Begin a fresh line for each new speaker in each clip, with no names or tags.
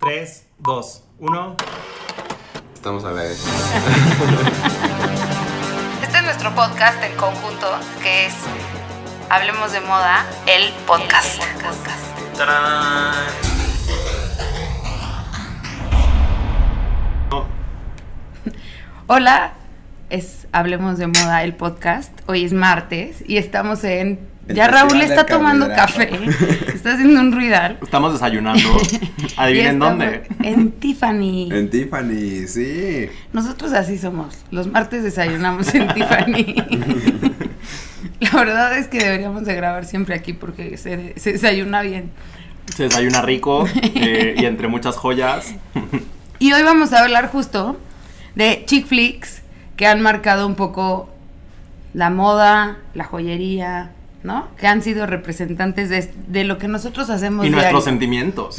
3, 2, 1.
Estamos a la vez.
Este es nuestro podcast en conjunto, que es Hablemos de Moda, el podcast. Hola, es Hablemos de Moda, el podcast. Hoy es martes y estamos en...
El
Ya
Festival
Raúl
del
está tomando café,
Carbohidrato.
está haciendo un ruidal.
Estamos desayunando. Adivinen
Y estamos
dónde.
En Tiffany.
En Tiffany, sí.
Nosotros así somos. Los martes desayunamos en Tiffany. La verdad es que deberíamos de grabar siempre aquí porque se, se desayuna bien.
Se desayuna rico eh, y entre muchas joyas.
Y hoy vamos a hablar justo de chick flicks que han marcado un poco la moda, la joyería, ¿no? Que han sido representantes de, de lo que nosotros hacemos.
Y nuestros
diario.
sentimientos.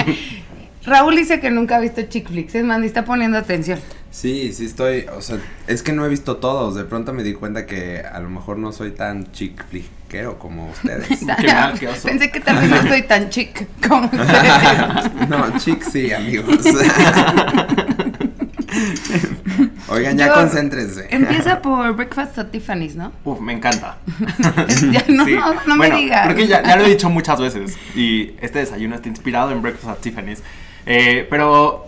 Raúl dice que nunca ha visto chick flicks. Es más, ni está poniendo atención.
Sí, sí estoy, o sea, es que no he visto todos, de pronto me di cuenta que a lo mejor no soy tan chic fliquero como ustedes.
Qué mal, qué oso.
Pensé que tal vez no estoy tan chic como ustedes.
no, chic sí, amigos. Oigan, ya
Yo- em-
concéntrense.
Empieza por Breakfast at Tiffany's, ¿no?
Uf, me encanta.
ya no,
Sí.
no, no
Bueno,
me digas.
Creo que ya, ya lo he dicho muchas veces. Y este desayuno está inspirado en Breakfast at Tiffany's. Eh, pero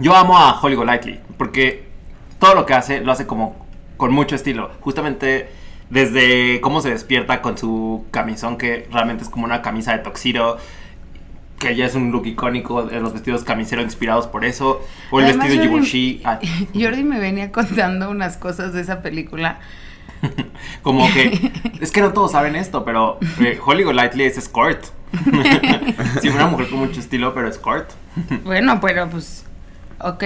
yo amo a Holly Golightly. Porque todo lo que hace, lo hace como con mucho estilo. Justamente desde cómo se despierta con su camisón, que realmente es como una camisa de toxiro. Que ya es un look icónico, eh, los vestidos camisero inspirados por eso. O el
Además,
vestido de
Jordi-
Givenchy. ah,
Jordi me venía contando unas cosas de esa película.
Como que. Es que no todos saben esto, pero eh, Holly Golightly es escort. sí, una mujer con mucho estilo, pero escort.
Bueno, pero pues, ok,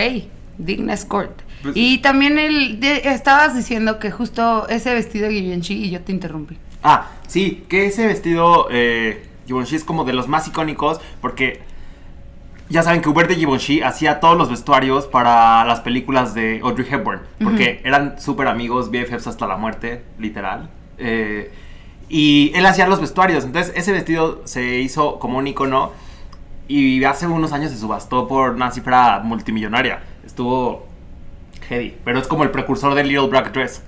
digna escort.
Pues-
y también el de- estabas diciendo que justo ese vestido de Givenchy y yo te interrumpí.
Ah, sí, que ese vestido eh, Givenchy es como de los más icónicos porque. Ya saben que Hubert de Givenchy hacía todos los vestuarios para las películas de Audrey Hepburn, porque eran súper amigos, BFFs hasta la muerte, literal. Eh, y él hacía los vestuarios, entonces ese vestido se hizo como un icono Y hace unos años se subastó por una cifra multimillonaria. Estuvo heavy. Pero es como el precursor del Little Black Dress.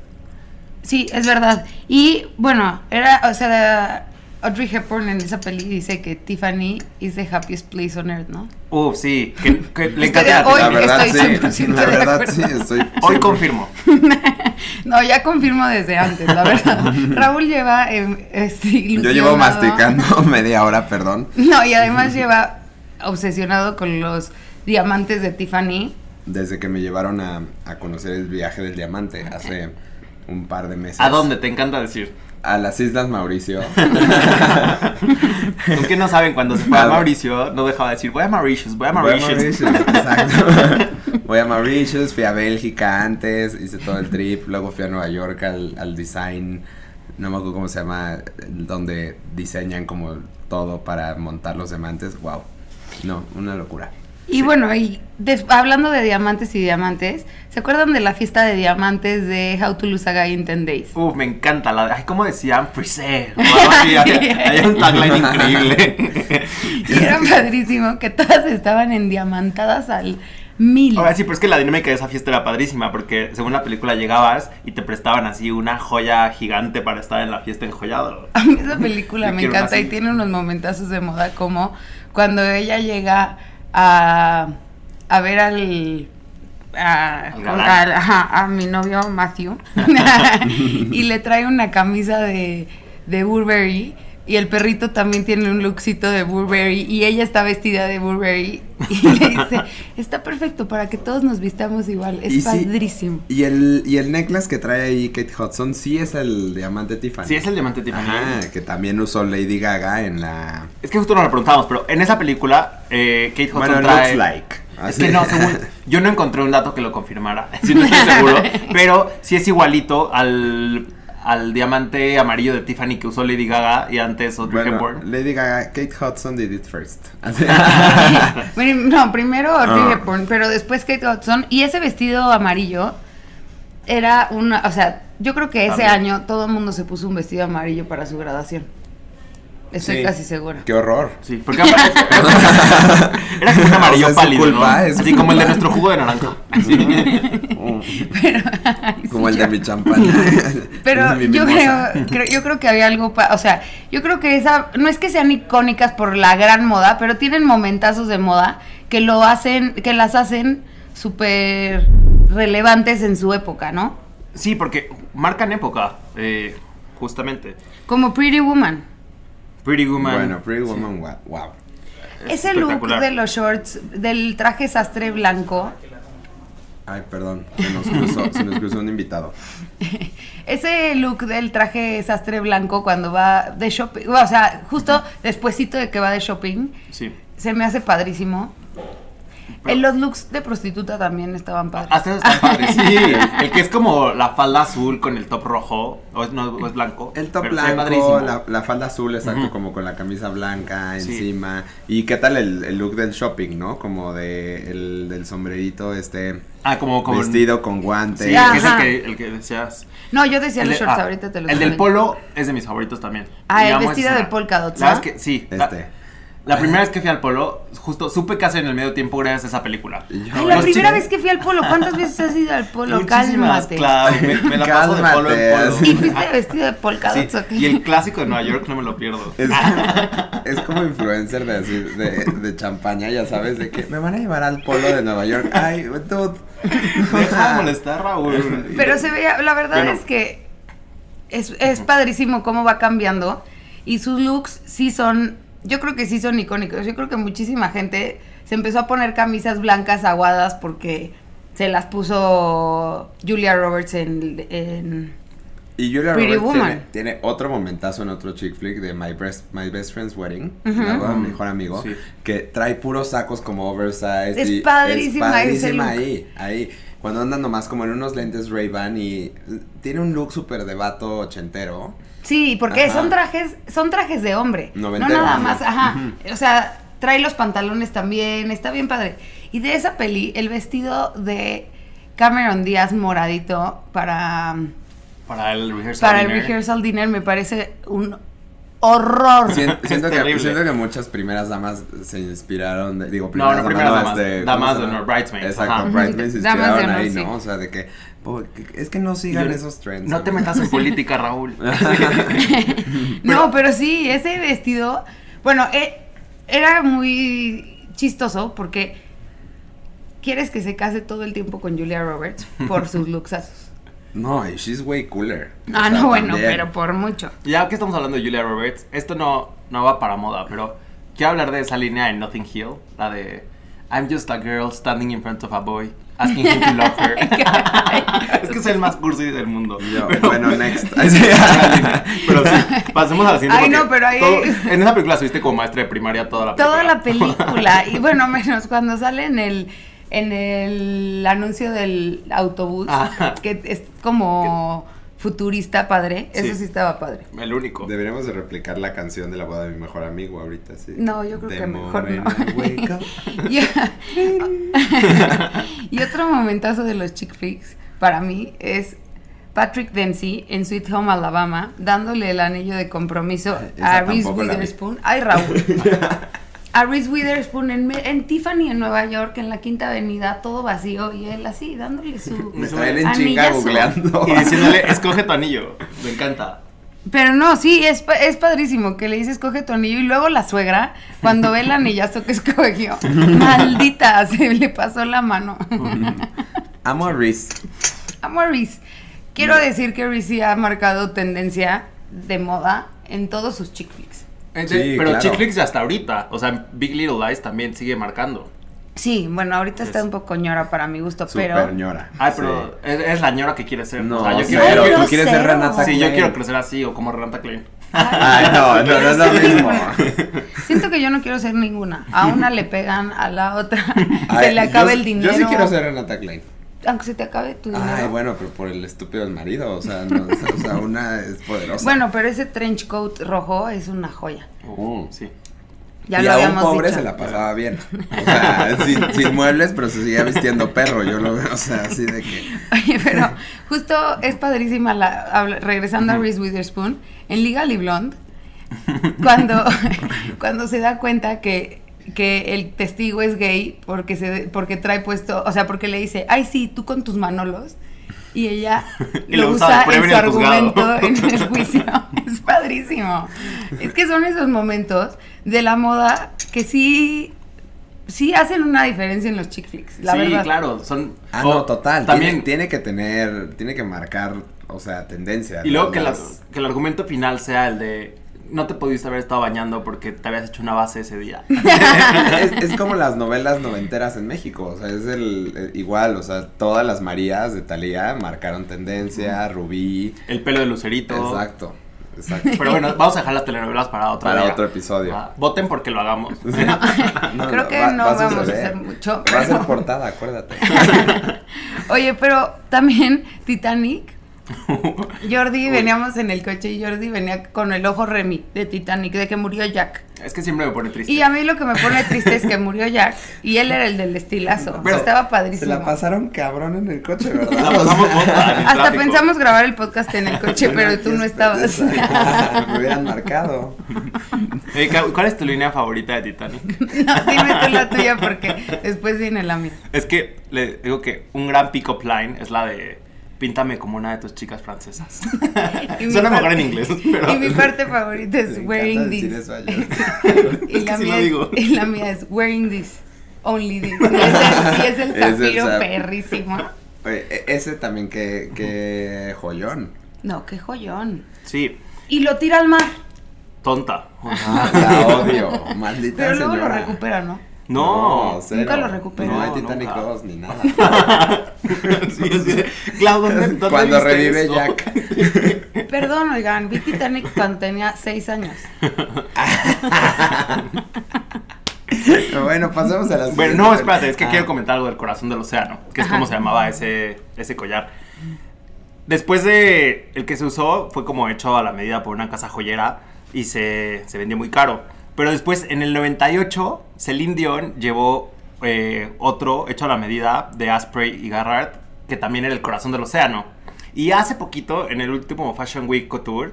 Sí, es verdad. Y bueno, era, o sea, Audrey Hepburn en esa peli dice que Tiffany is the happiest place on earth, ¿no?
Uf, sí. Que, que le
Estoy-
encanta.
hoy
la verdad,
estoy
sí,
100%
la
de
verdad,
acuerdo.
sí, estoy.
Hoy
sí.
confirmo.
No, ya confirmo desde antes, la verdad. Raúl lleva eh, este,
Yo
ilusionado.
llevo masticando media hora, perdón.
No, y además lleva obsesionado con los diamantes de Tiffany.
Desde que me llevaron a, a conocer el viaje del diamante hace un par de meses.
¿A dónde? Te encanta decir.
A las Islas Mauricio.
Aunque no saben, cuando se fue a
Nada.
Mauricio, no dejaba de decir, voy a Mauritius, voy a
Voy a
Mauritius.
Mauritius, exacto. Voy a Mauritius, fui a Bélgica antes, hice todo el trip, luego fui a Nueva York al, al design, no me acuerdo cómo se llama, donde diseñan como todo para montar los diamantes. Wow. No, una locura.
Y bueno, y des- hablando de diamantes y diamantes, ¿se acuerdan de la fiesta de diamantes de How to Lose a Guy in 10 Days?
Uf, me encanta. La, ay, ¿cómo decían? Freezer. o algo así, había- había un tagline increíble.
Y era padrísimo que todas estaban endiamantadas al mil.
Ahora sí, pero es que la dinámica de esa fiesta era padrísima, porque según la película llegabas y te prestaban así una joya gigante para estar en la fiesta enjollado.
A mí esa película
Yo
me
quiero una
encanta y
así.
tiene unos momentazos de moda como cuando ella llega a, a ver al... A,
Al galán.
al- ajá, a mi novio Matthew y le trae una camisa de, de Burberry y el perrito también tiene un lookcito de Burberry y ella está vestida de Burberry y le dice está perfecto para que todos nos vistamos igual es
Y sí-
padrísimo
Y el, y el necklace que trae ahí Kate Hudson sí es el diamante Tiffany.
Sí, es el diamante Tiffany.
Ajá, que también usó Lady Gaga en la...
Es que justo nos lo preguntamos, pero en esa película, eh, Kate Hudson
Bueno,
trae...
looks like.
Es que no, según- yo no encontré un dato que lo confirmara, si no estoy seguro, pero sí es igualito al, al diamante amarillo de Tiffany que usó Lady Gaga y antes Audrey
Bueno,
Hepburn.
Lady Gaga, Kate Hudson did it first. Así-
Prim- No, primero
Ah.
Audrey Hepburn, pero después Kate Hudson. Y ese vestido amarillo era una. O sea, yo creo que ese
También.
año todo el mundo se puso un vestido amarillo para su graduación. Estoy
Sí.
casi segura.
Qué horror.
Sí, porque aparte- era como un amarillo
O sea, es su
pálido,
culpa,
¿no?
es su
Así como el de
culpa.
nuestro jugo de naranja.
Pero, ay,
Como
sí,
el de
yo-
mi champaña.
Pero
Mi
yo creo,
mimosa.
creo- yo creo que había algo, pa- o sea, yo creo que esa, no es que sean icónicas por la gran moda, pero tienen momentazos de moda que lo hacen, que las hacen súper relevantes en su época, ¿no?
Sí, porque marcan época, eh, justamente.
Como Pretty Woman.
Pretty Woman.
Bueno, Pretty Woman, wow. wow.
Ese look
espectacular.
de los shorts, del traje sastre blanco,
Ay, perdón. Se nos cruzó, se nos cruzó un invitado.
ese look del traje sastre blanco cuando va de shopping, o sea, justo despuesito de que va de shopping,
Sí.
se me hace padrísimo.
Pero- Ah,
Eh, los looks de prostituta también estaban padres.
Hasta eso está padre, sí. El que es como la falda azul con el top rojo, o es, no, o es blanco.
El top
pero se ve
blanco,
padrísimo.
la, la falda azul, exacto,
Ujú.
como con la camisa blanca
Sí.
encima. ¿Y qué tal el, el look del shopping, no? Como de, el, del sombrerito, este,
Ah, como con...
vestido con guantes.
Sí,
Ya,
que es el
ajá.
que, el que decías.
No, yo decía
El
los
de-
shorts,
ah,
ahorita te los
El del
comento.
polo es de mis favoritos también.
Ah, el
Y amo esa
vestido
escena.
de polka dots,
La
¿no?
verdad es que sí. la-
Este.
La, primera vez que fui al polo, justo supe que hacer en el medio tiempo gracias a esa película.
Y yo-
Ay, la
Los
primera
chicos-
vez que fui al polo, ¿cuántas veces has ido al polo?
Muchísimas,
Cálmate.
Claro, me, me la paso de polo en polo.
Cálmate.
Y fuiste
Ah,
vestido de polka
sí,
dots, ¿ok?
Y el clásico de Nueva York no me lo pierdo.
Es,
Ah.
es como influencer de, así, de, de champaña, ya sabes, de que me van a llevar al polo de Nueva York. Ay, dude.
Deja de molestar, Raúl.
Pero se veía, la verdad
Bueno.
es que es, es padrísimo cómo va cambiando y sus looks sí son, yo creo que sí son icónicos. Yo creo que muchísima gente se empezó a poner camisas blancas aguadas porque se las puso Julia Roberts en... en-
Y Julia
Pretty
Roberts tiene,
Woman.
tiene otro momentazo en otro chick flick de My Best, My Best Friend's Wedding,
Ujú.
la boda de mi
Mm,
mejor amigo,
sí.
que trae puros sacos como oversized.
Es
y
padrísima ese look.
padrísima ahí, ahí. Cuando andan nomás como en unos lentes Ray-Ban y eh, tiene un look súper de vato ochentero.
Sí, porque
Ajá.
son trajes, son trajes de hombre.
Noventero,
no nada
¿no?
más, ajá. O sea, trae los pantalones también, está bien padre. Y de esa peli, el vestido de Cameron Díaz moradito para,
Para el rehearsal.
para el
dinner.
rehearsal dinner me parece un horror.
Sien-
Es
siento, que,
terrible.
siento que muchas primeras damas se inspiraron, de, digo,
No,
primeras
no primeras damas,
de- ¿cómo
damas
se
de
llama?
honor, bridesmaids,
Exacto,
ajá.
bridesmaids se
Ujú, damas de
inspiraron
honor,
ahí,
sí.
¿no? O sea, de que, po- que- es que no
Y yo-
sigan esos trends.
No te
amigos.
metas en política, Raúl.
no, pero sí, ese vestido, bueno, eh, era muy chistoso porque quieres que se case todo el tiempo con Julia Roberts por sus luxazos.
No, y she's way cooler. O sea,
Ah, no, bueno,
también.
pero por mucho.
ya que estamos hablando de Julia Roberts, esto no, no va para moda, pero quiero hablar de esa línea en Nothing Hill, la de I'm just a girl standing in front of a boy asking him to love her. es que soy el más cursi del mundo.
Yo,
Pero-
bueno, next.
Ay, sí, esa línea. pero sí, pasemos a la siguiente.
Ay, no,
porque
pero ahí-
todo- en esa película subiste como maestra de primaria toda la película.
Toda la película, y bueno, menos cuando sale en el, en el anuncio del autobús,
Ajá.
que es como futurista padre,
Sí.
eso sí estaba padre.
el único.
Deberíamos de replicar la canción de la boda de mi mejor amigo ahorita, sí.
No, yo creo
De
que mejor no.
morena, wake up.
Y, y otro momentazo de los chick flicks para mí es Patrick Dempsey en Sweet Home Alabama dándole el anillo de compromiso
Esa
a Reese
tampoco la vi.
Witherspoon. Ay, Raúl. A Reese Witherspoon en, Me- en Tiffany en Nueva York, en la Quinta Avenida, todo vacío y él así dándole su
Me traen en
anillazo.
chinga googleando.
Y diciéndole, escoge tu anillo. Me encanta.
Pero no, sí, es, pa- es padrísimo que le dices coge tu anillo y luego la suegra, cuando ve el anillazo que escogió, maldita, se le pasó la mano.
Amo a Reese.
Amo a Reese. Quiero
Mm.
decir que Reese sí ha marcado tendencia de moda en todos sus chick flicks.
Entonces,
Sí,
Este, pero
claro.
chick flicks hasta ahorita. O sea, Big Little Lies también sigue marcando.
Sí, bueno, ahorita está un poco ñora para mi gusto,
Super
pero...
ñora.
Ay,
Sí.
pero es, es la ñora que quiere ser.
No,
o sea, yo
sí,
quiero,
Ay,
yo
pero
quiero-
tú quieres ser
grosero.
Renata
sí, yo
Klein.
quiero crecer así o como Renata Klein.
Ay, no, no, no es lo mismo.
Siento que yo no quiero ser ninguna. A una le pegan, a la otra se
Ay,
le acaba
yo-
el dinero.
Yo sí quiero ser Renata Klein.
Aunque se te acabe tu dinero.
Ay, bueno, pero por el estúpido del marido, o sea, no, o sea, una es poderosa.
Bueno, pero ese trench coat rojo es una joya.
Uh, sí.
Ya
y
lo
a un
habíamos
pobre
dicho.
se la pasaba bien. O sea, sin, sin muebles, pero se seguía vistiendo perro, yo lo veo, o sea, así de que...
Oye, pero justo es padrísima la habla- regresando a Reese Witherspoon en Legally Blonde. cuando, cuando se da cuenta que, que el testigo es gay porque, se, porque trae puesto, o sea, porque le dice, ay, sí, tú con tus manolos. Y ella
Y
lo,
lo usa
usa
por
en
en
su
el juzgado.
argumento en el juicio. Es padrísimo. Es que son esos momentos de la moda que sí, sí hacen una diferencia en los chick flicks, la
sí,
verdad.
claro, son...
Ah,
o
no, total.
También
También tiene, que tener, tiene que marcar, o sea, tendencia.
Y
¿no?
luego que, la-
Las-
que el argumento final sea el de no te pudiste haber estado bañando porque te habías hecho una base ese día.
es, es como las novelas noventeras en México, o sea, es el eh, igual, o sea, todas las Marías de Talía marcaron tendencia, Rubí,
El pelo de lucerito.
exacto, exacto.
Pero bueno, vamos a dejar las telenovelas para otro
Para
día.
otro episodio.
Ah, voten porque lo hagamos.
No,
Creo
no,
que
va-
no
va
vamos a
suceder.
hacer mucho.
Va a ser
pero-
portada, acuérdate.
Oye, pero también Titanic. Jordi, veníamos en el coche y Jordi venía con el ojo Remy de Titanic, de que murió Jack.
Es que siempre me pone triste.
Y a mí lo que me pone triste es que murió Jack y él era el del estilazo.
Pero
Estaba
Se
padrísimo.
la pasaron cabrón en el coche,
La
¿verdad?
pasamos bomba en el
Hasta
tráfico.
pensamos grabar el podcast en el coche, pero tú no estabas.
Me hubieran marcado.
Eh, Cau, ¿Cuál es tu línea favorita de Titanic?
No, dime tú la tuya porque después viene la mía.
Es que le digo que un gran pick-up line es la de píntame como una de tus chicas francesas.
Y mi
Suena mejor
parte-
en inglés, pero...
Y mi parte favorita es
Le encanta
Wearing
decir
This.
eso a Jordi.
Y
Es que
la,
sí lo
mía
digo.
Es, y la mía es Wearing This. Only this. Y es el, y es el
Es el
zafiro
zap-
perrísimo.
Oye, e- ese también, que que joyón.
No, qué joyón.
Sí,
Y lo tira al mar.
tonta.
la odio, maldita
Pero luego
señora.
lo recupera, ¿no?
No,
cero.
Nunca lo recuperó.
No hay
No,
Titanic
nunca.
2 ni nada.
Sí, sí, sí. Clau, ¿dónde- dónde
Cuando
viste
revive
eso?
Jack.
Perdón, oigan, vi Titanic cuando tenía seis años.
Pero bueno, pasemos a la
Bueno,
siguiente.
no, espérate, es que
Ah,
quiero comentar algo del corazón del océano, que es
Ajá.
como se llamaba ese, ese collar. Después de el que se usó, fue como hecho a la medida por una casa joyera y se, se vendió muy caro. Pero después, en el 98, Celine Dion llevó eh, otro hecho a la medida de Asprey y Garrard, que también era el corazón del océano. Y hace poquito, en el último Fashion Week Couture,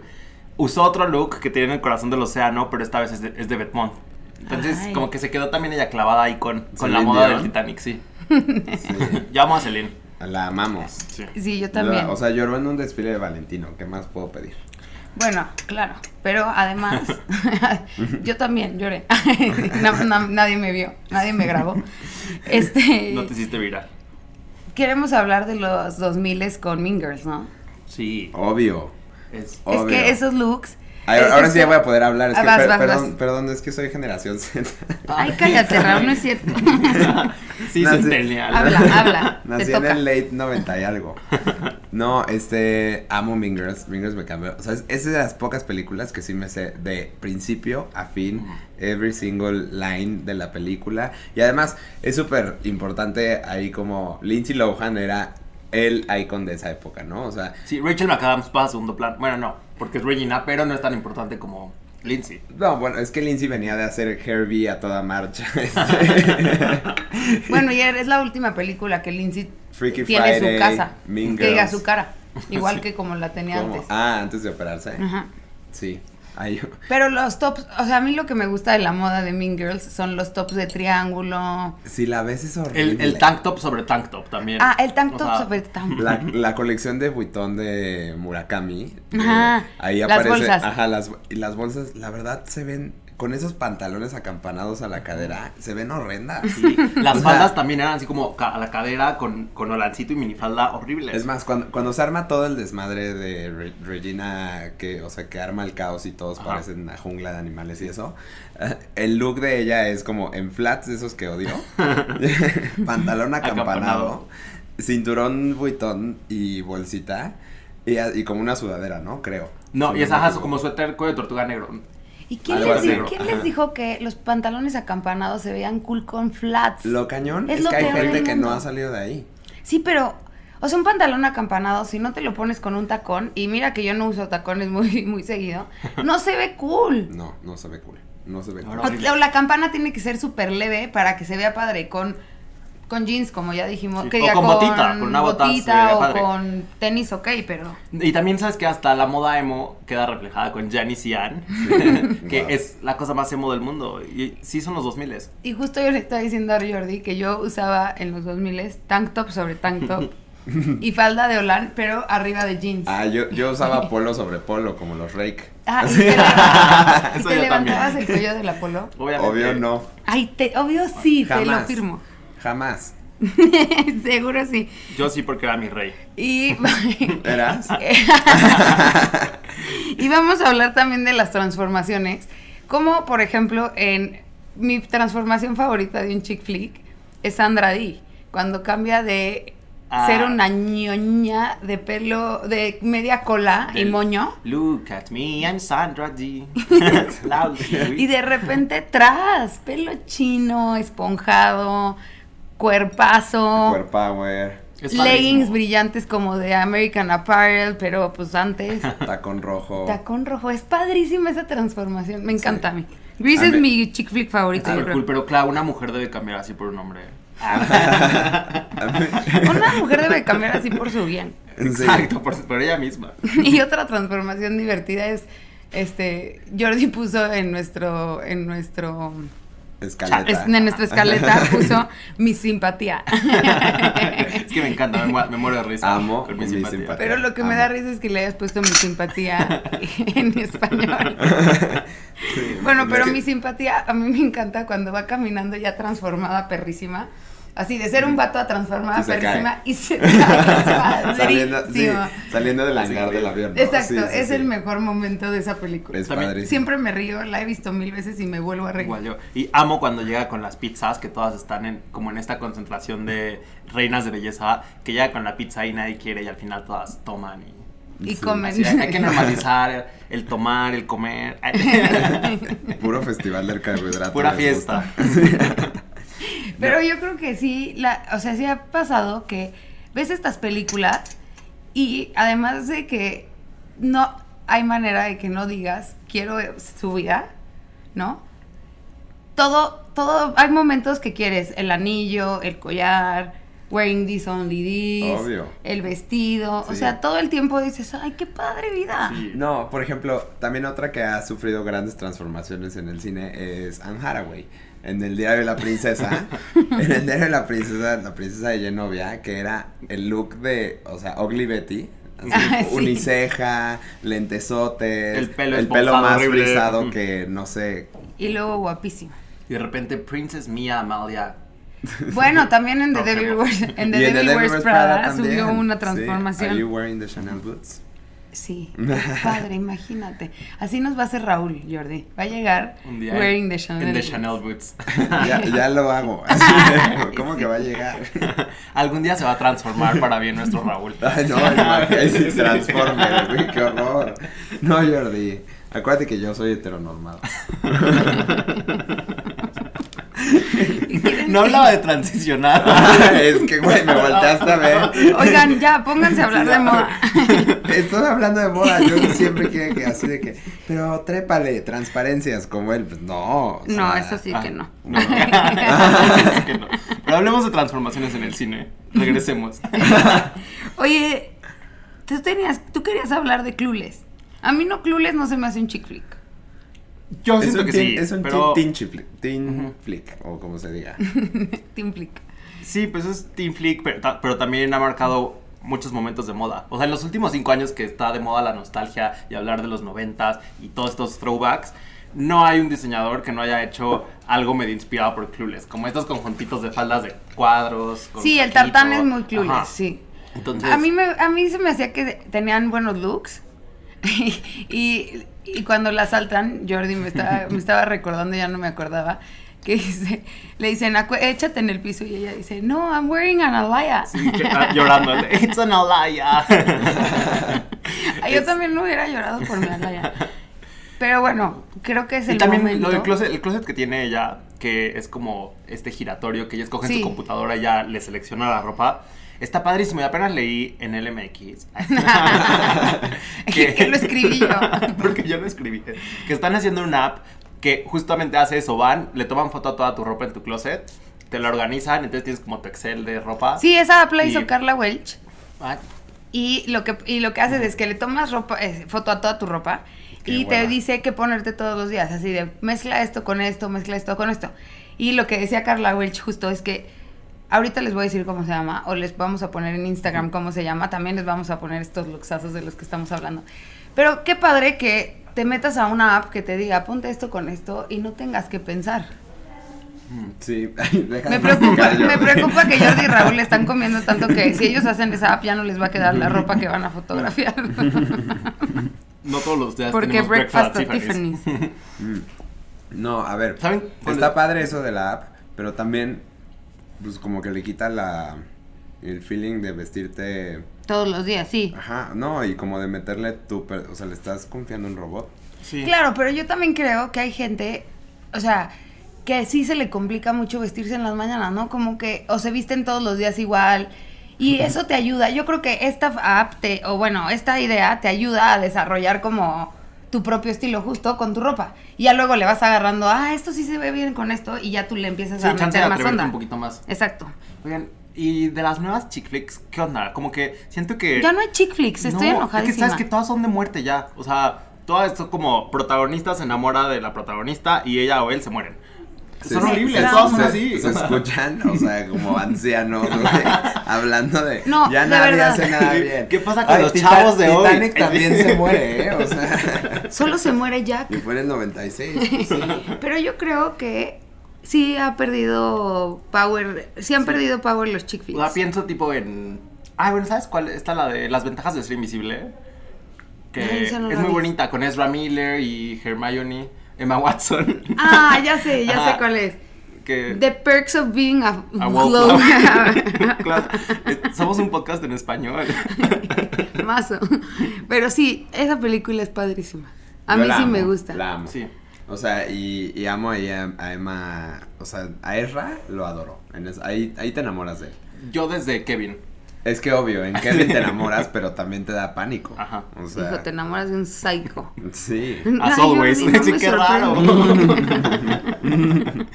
usó otro look que tiene el corazón del océano, pero esta vez es de, es de Vetmont. Entonces,
Ay.
como que se quedó también ella clavada ahí con, con la
Celine
moda
Dion.
del Titanic, sí.
sí,
Yo amo a Celine.
la amamos.
Sí.
Sí, yo también.
La- o sea, lloró en un desfile de Valentino. ¿Qué más puedo pedir?
Bueno, claro, pero además yo también lloré. Na- na- nadie me vio, nadie me grabó. Este,
No te hiciste viral.
queremos hablar de los 2000 con Mean Girls, ¿no?
Sí.
Obvio.
Es,
Es que
Obvio.
esos looks.
Ay,
eh,
ahora sí ya
eso-
voy a poder hablar. Es
Ah,
que,
vas,
per-
vas,
perdón,
vas.
perdón, es que soy generación Z.
Ay, cállate, Raúl, no es cierto.
sí,
Nací-
centennial.
Habla, habla, te
Nací en
toca.
el late 90 y algo. No, este, amo Mingers. Mingers me cambió. O sea, es, es de las pocas películas que sí me sé de principio a fin, every single line de la película. Y además, es súper importante ahí como Lindsay Lohan era el icon de esa época, ¿no? O sea,
Sí, Rachel McAdams pasa a segundo plan. Bueno, no, porque es Regina, pero no es tan importante como Lindsay.
no, bueno, es que Lindsay venía de hacer Herbie a toda marcha. este,
Bueno, y es la última película que Lindsay
Freaky
tiene
Friday,
su casa.
Mean
que diga
Girls.
su cara. Igual
Sí.
que como la tenía
Como-
antes.
Ah, antes de operarse.
Ajá.
Sí. Ahí,
Pero los tops, o sea, a mí lo que me gusta de la moda de Mean Girls son los tops de triángulo.
si la ves es horrible.
El, el tank top sobre tank top también.
Ah, el tank
O
top
sea,
sobre tank.
La, la colección de Vuitton de Murakami. de-
Ajá,
ahí
las
aparece.
bolsas.
Ajá, las, y las bolsas, la verdad, se ven. Con esos pantalones acampanados a la cadera, se ven horrendas.
sí.
O
Las
sea,
faldas también eran así como ca- a la cadera con, con olancito y minifalda horribles.
Es más, cuando, cuando se arma todo el desmadre de Re- Regina, que, o sea, que arma el caos y todos
Ajá.
parecen una jungla de animales y eso, eh, el look de ella es como en flats de esos que odio, pantalón acampanado,
Acampanado.
cinturón buitón y bolsita, y, a- y como una sudadera, ¿no? Creo.
No,
Si
y es
me
ajá,
equivoco.
como suéter cuello de tortuga negro.
¿Y quién,
Algo
les, di-
negro,
quién
ajá.
les dijo que los pantalones acampanados se veían cool con flats?
Lo cañón
Es
es,
lo
que hay
peor del
gente que no
mundo.
ha salido de ahí.
Sí, pero, o sea, un pantalón acampanado, si no te lo pones con un tacón, y mira que yo no uso tacones muy, muy seguido, no se ve cool.
No, no se ve cool. No se ve
No,
cool.
no.
O, o la campana tiene que ser súper leve para que se vea padre, con, Con jeans, como ya dijimos.
Sí,
Que
o
diga,
con botita, con una bota,
botita
sería
o
padre.
con tenis, ok, pero.
Y también sabes que hasta la moda emo queda reflejada con Janice y Ann, que
Wow.
es la cosa más emo del mundo. Y sí son los 2000 s
Y justo yo le estaba diciendo a Jordi que yo usaba en los 2000 tank top sobre tank top y falda de Olan, pero arriba de jeans.
Ah, yo, yo usaba polo sobre polo, como los Rake.
Ah, y
Así.
te, leva- y
Eso
te
yo
levantabas
también.
el cuello del Apolo.
Obviamente.
Obvio no.
Ay, te, obvio sí, te lo
Jamás.
firmo.
Jamás.
Seguro sí.
Yo sí porque era mi rey.
Y,
¿Verás?
y vamos a hablar también de las transformaciones. Como, por ejemplo, en mi transformación favorita de un chick flick es Sandra D. Cuando cambia de
Ah.
ser una ñoña de pelo, de media cola y
Del-
moño.
Look at me, I'm Sandra D.
Y de repente, tras, pelo chino, esponjado, cuerpazo.
Power Power,
Es
leggings
padrísimo.
brillantes como de American Apparel, pero pues antes.
tacón rojo.
Tacón rojo. Es padrísima esa transformación. Me encanta a mí.
A
Grease es
mí- Ah,
mi chick flick favorito.
Súper
yo creo. Ah.
cool, pero claro, una mujer debe cambiar así por un hombre.
Una mujer debe cambiar así por su bien.
Sí.
Exacto, por, por ella misma.
Y otra transformación divertida es. Este, Jordi puso en nuestro, en nuestro,
Escaleta.
es- en nuestra escaleta pues. puso mi simpatía.
es que me encanta, me, mu- me muero de risa.
Amo
con
mi
mi simpatía.
simpatía.
Pero lo que me
Amo.
da risa es que le hayas puesto mi simpatía en español.
Sí,
Bueno, pero
es que-
mi simpatía, a mí me encanta cuando va caminando ya transformada perrísima. Así, de ser un vato a transformada
Y se
perrísima
cae.
y se cae. es
Saliendo, sí,
padrísimo.
saliendo del hangar del avión. ¿no?
Exacto,
Sí, sí,
es
sí.
el mejor momento de esa película.
Es
También-
padrísimo.
Siempre me río, la he visto mil veces y me vuelvo a reír.
Igual yo. Y amo cuando llega con las pizzas, que todas están en, como en esta concentración de reinas de belleza, que llega con la pizza y nadie quiere y al final todas toman. Y,
Y
Sí,
comen.
así, hay, hay que normalizar el tomar, el comer.
Puro festival del carbohidrato.
Pura
les
fiesta.
Pero yo creo que sí, la, o sea, sí ha pasado que ves estas películas y además de que no hay manera de que no digas quiero su vida, ¿no? Todo, todo, hay momentos que quieres el anillo, el collar, wearing this only this,
Obvio.
el vestido, o
Sí.
sea, todo el tiempo dices, ay, qué padre vida.
Sí.
No, por ejemplo, también otra que ha sufrido grandes transformaciones en el cine es Anne Haraway. En el diario de la princesa, en el diario de la princesa, la princesa de Genovia, que era el look de, o sea, Ugly Betty. así,
Ah, sí.
Uniceja, lentesotes,
El pelo esponjado,
más
horrible.
frisado que no sé.
Y luego guapísima.
Y de repente, Princess Mia Amalia.
Bueno, también en The
Próximo.
Devil Wears, en The
Y
Devil
Devil
Wears
Wears
Prada,
también.
subió una
Sí,
transformación.
Are you wearing the Chanel boots?
Sí, qué padre, imagínate. Así nos va a hacer Raúl, Jordi. Va a llegar
Un día.
wearing
en-
the Chanel.
En The
boots.
Chanel Boots.
Ya, ya lo hago. ¿Cómo que va a llegar?
Algún día se va a transformar para bien nuestro Raúl.
Ay, no, imagínate si se transforma, güey, qué horror. No, Jordi, acuérdate que yo soy heteronormado.
¿Y quieren-
No hablaba de transicionar.
es que, güey, me volteaste a ver.
Oigan, ya, pónganse a hablar de moda.
Estoy hablando de moda, yo siempre quiero que así de que, pero trépale, transparencias como él, pues no. o
No,
sea,
eso sí que no.
No, es que no. Pero hablemos de transformaciones en el cine. Regresemos.
Oye, tú, tenías, tú querías hablar de Clules. A mí no Clules no se me hace un chick flick.
Yo
Es
siento
un,
que
teen-
sí.
es un
pero...
teen, teen chifli- teen
Ujú.
flick, o como se diga.
Team flick.
Sí, pues es Teen Flick, pero, ta- pero también ha marcado muchos momentos de moda. O sea, en los últimos cinco años que está de moda la nostalgia y hablar de los noventas y todos estos throwbacks, no hay un diseñador que no haya hecho algo medio inspirado por Clueless. Como estos conjuntitos de faldas de cuadros. con
Sí, el
saquito.
tartán es muy Clules,
Ajá.
sí.
Entonces,
A mí, me, a mí se me hacía que tenían buenos looks. y, y cuando la saltan, Jordi me estaba, me estaba recordando, ya no me acordaba. Que dice, le dicen, "Acu- échate en el piso. Y ella dice, no, I'm wearing an alaya.
sí, que- ah, llorando. It's an alaya.
Ah, Yo también no hubiera llorado por mi alaya. Pero bueno, creo que es el
Y también
momento.
lo del closet, el closet que tiene ella, que es como este giratorio que ella escoge en
Sí.
su computadora, ella le selecciona la ropa. Está padrísimo, y apenas leí en LMX.
Que lo escribí yo.
Porque yo lo escribí. Que están haciendo una app que justamente hace eso, van, le toman foto a toda tu ropa en tu closet, te la organizan, entonces tienes como tu Excel de ropa.
Sí, esa la hizo
Y-
Carla Welch.
Ah,
Y lo que, y lo que haces es que le tomas ropa, eh, foto a toda tu ropa
Qué
y te
hueva.
dice qué ponerte todos los días, así de mezcla esto con esto, mezcla esto con esto. Y lo que decía Carla Welch justo es que ahorita les voy a decir cómo se llama o les vamos a poner en Instagram cómo se llama, también les vamos a poner estos luxazos de los que estamos hablando. Pero qué padre que te metas a una app que te diga ponte esto con esto y no tengas que pensar.
Sí, ay, deja
Me
de
preocupa,
masticar,
me
Jordi.
preocupa que Jordi y Raúl están comiendo tanto que si ellos hacen esa app ya no les va a quedar la ropa que van a fotografiar.
no todos los días
Porque
tenemos
breakfast
at
at Tiffany's.
Mm. No, a ver.
¿Saben? cuál
Está
es?
padre eso de la app, pero también, pues como que le quita la el feeling de vestirte.
Todos los días, sí.
Ajá, no, y como de meterle tu. per- O sea, le estás confiando en un robot.
Sí.
Claro, pero yo también creo que hay gente, o sea, que sí se le complica mucho vestirse en las mañanas, ¿no? Como que o se visten todos los días igual. Y eso te ayuda. Yo creo que esta app, te, o bueno, esta idea te ayuda a desarrollar como tu propio estilo justo con tu ropa. Y ya luego le vas agarrando, ah, esto sí se ve bien con esto, y ya tú le empiezas
Sí,
a
chance de
meter más
atreverte
onda.
un poquito más.
Exacto.
Oigan, y de las nuevas chick flicks, ¿qué onda? Como que siento que...
Ya no hay chick flicks, estoy
Eh, No,
enojadísima.
Es que sabes que todas son de muerte ya. O sea, todas son como protagonista se enamora de la protagonista y ella o él se mueren.
Sí,
son
sí,
horribles,
sí,
todas
sí,
son
se-
así.
Se escuchan, o sea, como ancianos, güey, hablando de.
No,
ya
de
nadie
verdad.
hace nada bien.
¿Qué pasa con los
Titan-
chavos de hoy?
Titanic también se muere, ¿eh? O sea.
Solo se muere Jack.
Y fue en el 96.
Pero yo creo que sí ha perdido power, sí han perdido power los chick
O sea,
flicks.
pienso tipo en... Ah, bueno, ¿sabes cuál? Está la de las ventajas de ser invisible.
Ay,
Que
esa no la
es muy
vi.
bonita, con Ezra Miller y Hermione, Emma Watson.
Ah, ya sé, ya sé
Ajá.
cuál es.
que...
The perks of being a,
a
glow.
wallflower. Claro, eh, Somos un podcast en español.
Mazo. Pero sí, esa película es padrísima. A
Yo
mí
la
sí
amo,
me gusta.
La amo.
Sí.
O sea, y, y amo ahí a, a Emma. O sea, a Ezra lo adoro. En es- ahí, ahí te enamoras de él.
Yo desde Kevin.
Es que obvio, en Kevin te enamoras, pero también te da pánico.
Ajá.
O sea,
Hijo, te enamoras de un psycho.
sí.
As
Ay,
always.
Jordi, no
Sí,
me
qué raro.
sorprende.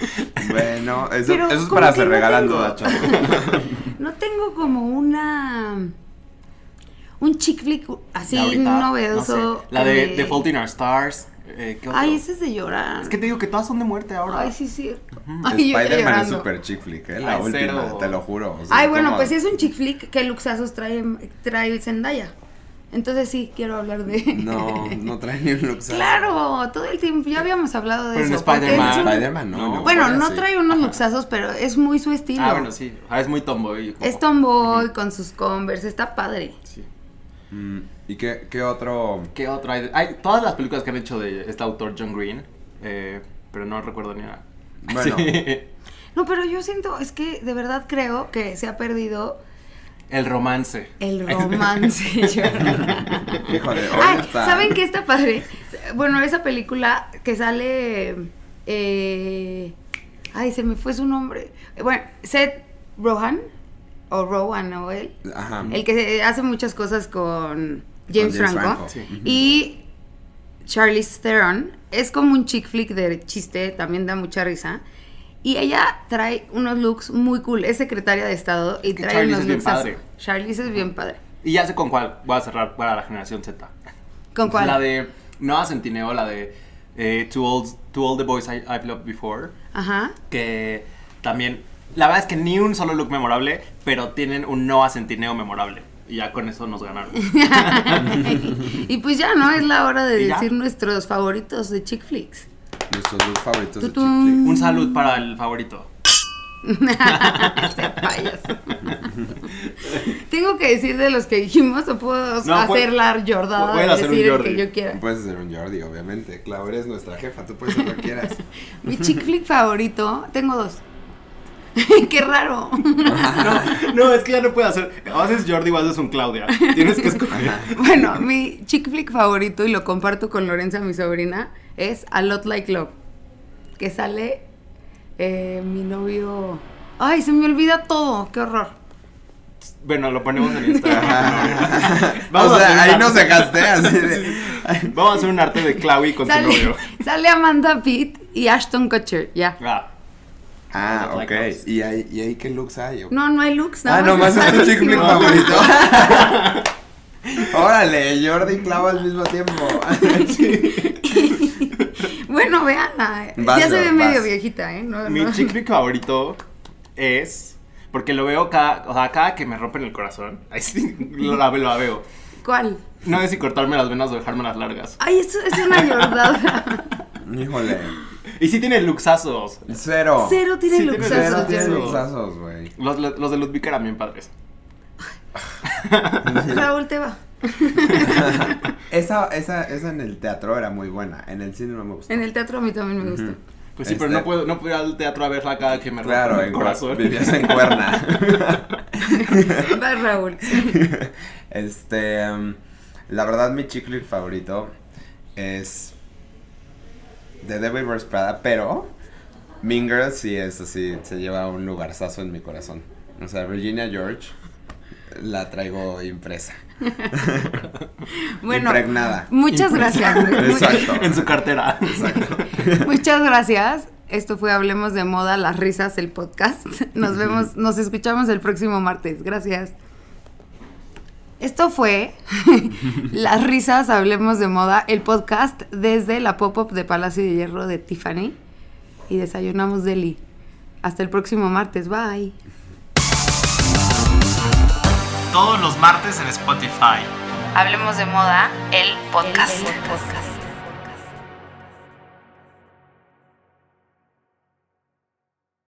bueno, eso,
Pero,
eso es
¿cómo
para
que
se
no
regalan
tengo?
dudas, chavos.
No tengo como una. Un chick flick así
de ahorita, no
novedoso.
sé. La
que
de
me-
The Fault in Our Stars. eh, ¿qué otro?
Ay, ese es de llorar.
Es que te digo que todas son de muerte ahora.
Ay, sí, sí. Ay, yo
Spider-Man es
llorando.
super chick flick, ¿eh? La
Ay,
última,
cero.
te lo juro. o sea,
Ay,
es
bueno,
como-
pues sí es un chick flick que luxazos trae, trae Zendaya. Entonces sí, quiero hablar de...
No, no trae ni un luxazo.
claro, todo el tiempo, ya habíamos hablado de
Pero en
eso. porque
Spider-Man.
es un-
Spider-Man, no.
No.
no,
Bueno,
ahora
no
sí.
trae unos luxazos, pero es muy su estilo.
Ah, bueno, sí. Ah, es muy tomboy. como-
Es tomboy con sus Converse, está padre.
Sí.
Mm, ¿Y qué, qué otro?
¿Qué otro hay? Hay todas las películas que han hecho de este autor, John Green. eh, pero no recuerdo ni una.
Bueno.
Sí.
No, pero yo siento, es que de verdad creo que se ha perdido
El romance.
el romance. Jordi.
Híjole, hoy
Ay,
está-
Ah, ¿saben qué está padre? Bueno, esa película que sale. eh, ay, se me fue su nombre. Eh, Bueno, Seth Rohan. O Rowan, o él.
Ajá.
El que hace muchas cosas con James,
James
Franco.
Franco.
Sí.
Y Charlize Theron. Es como un chick flick de chiste, también da mucha risa. Y ella trae unos looks muy cool. Es secretaria de Estado y
que
trae
Charlize
unos
es bien
looks. así.
padre.
Charlize es bien padre.
Y ya sé con cuál voy a cerrar para la generación Z.
¿Con cuál?
La de Nueva Centineo, la de eh, to, all, to All the Boys I, I've Loved Before.
Ajá.
que también, la verdad es que ni un solo look memorable, pero tienen un Noah Centineo memorable. Y ya con eso nos ganaron.
y pues ya, ¿no? Es la hora de
¿Y ya?
decir nuestros favoritos de chick flicks.
Nuestros dos favoritos de chick
Tutum.
flick.
un salud para el favorito.
Ese payaso. Tengo que decir de los que dijimos o puedo
No,
hacer
puede-
la Jordana
puede
de
hacer un
decir el
Jordi.
que yo quiera.
Puedes ser un Jordi, obviamente. Clau, eres nuestra jefa, tú puedes ser lo que quieras.
Mi chick flick favorito, tengo dos. Qué raro.
No, no, es que ya no puede hacer. O haces Jordi o haces un Claudia. Tienes que escoger.
bueno, mi chick flick favorito, y lo comparto con Lorenza, mi sobrina, es A Lot Like Love. Que sale eh, mi novio. Ay, se me olvida todo. Qué horror.
Bueno, lo ponemos en Instagram.
o
hacer un
sea, ahí
arte-
nos dejaste así de...
Vamos a hacer un arte de Claudia con su
Sale,
novio.
sale Amanda Pitt y Ashton Kutcher, ya.
Ah,
Ah,
Black
ok.
Ops.
¿Y ahí, ¿Y ahí qué looks hay? o-
No, no hay looks, nada
ah, nomás es tu chick flick
rarísimo.
favorito. Órale, Jordi y clava al mismo tiempo. Sí.
Bueno, veanla.
Vas,
ya se ve
vas.
medio viejita, ¿eh? No,
Mi
no.
chick flick favorito es. Porque lo veo cada, o sea, cada que me rompen el corazón. Ahí sí, lo, la, la veo.
¿Cuál?
No sé si cortarme las venas o dejarme las largas.
Ay, esto es una llorada.
Híjole.
Y sí tiene luxazos.
Cero.
Cero tiene
Sí, tiene
looks.
Cero
luxazos,
tiene
Jordi.
luxazos, güey.
Los, los de Ludwig eran bien padres.
Raúl te va.
Esa, esa, esa en el teatro era muy buena. En el cine no me gustó.
En el teatro a mí también me gusta.
Pues sí, pero
Este-
no puedo, no puedo ir al teatro a verla cada que me
Claro,
rompen
en
el
cua-
corazón.
Vivías en cuerna.
Va Raúl.
este. em, la verdad, mi chick flick favorito es. The Devil Wears Prada, pero. Mean Girls sí es así, se lleva un lugarzazo en mi corazón. O sea, Virginia George la traigo impresa.
Bueno,
Impregnada.
muchas gracias. güey.
Exacto.
en su cartera.
Muchas gracias. Esto fue Hablemos de Moda, las risas, el podcast. Nos vemos, nos escuchamos el próximo martes. Gracias. Esto fue Las risas, Hablemos de Moda, el podcast desde la pop-up de Palacio de Hierro de Tiffany. Y desayunamos deli. Hasta el próximo martes. Bye.
Todos los martes en Spotify.
Hablemos de Moda, el podcast.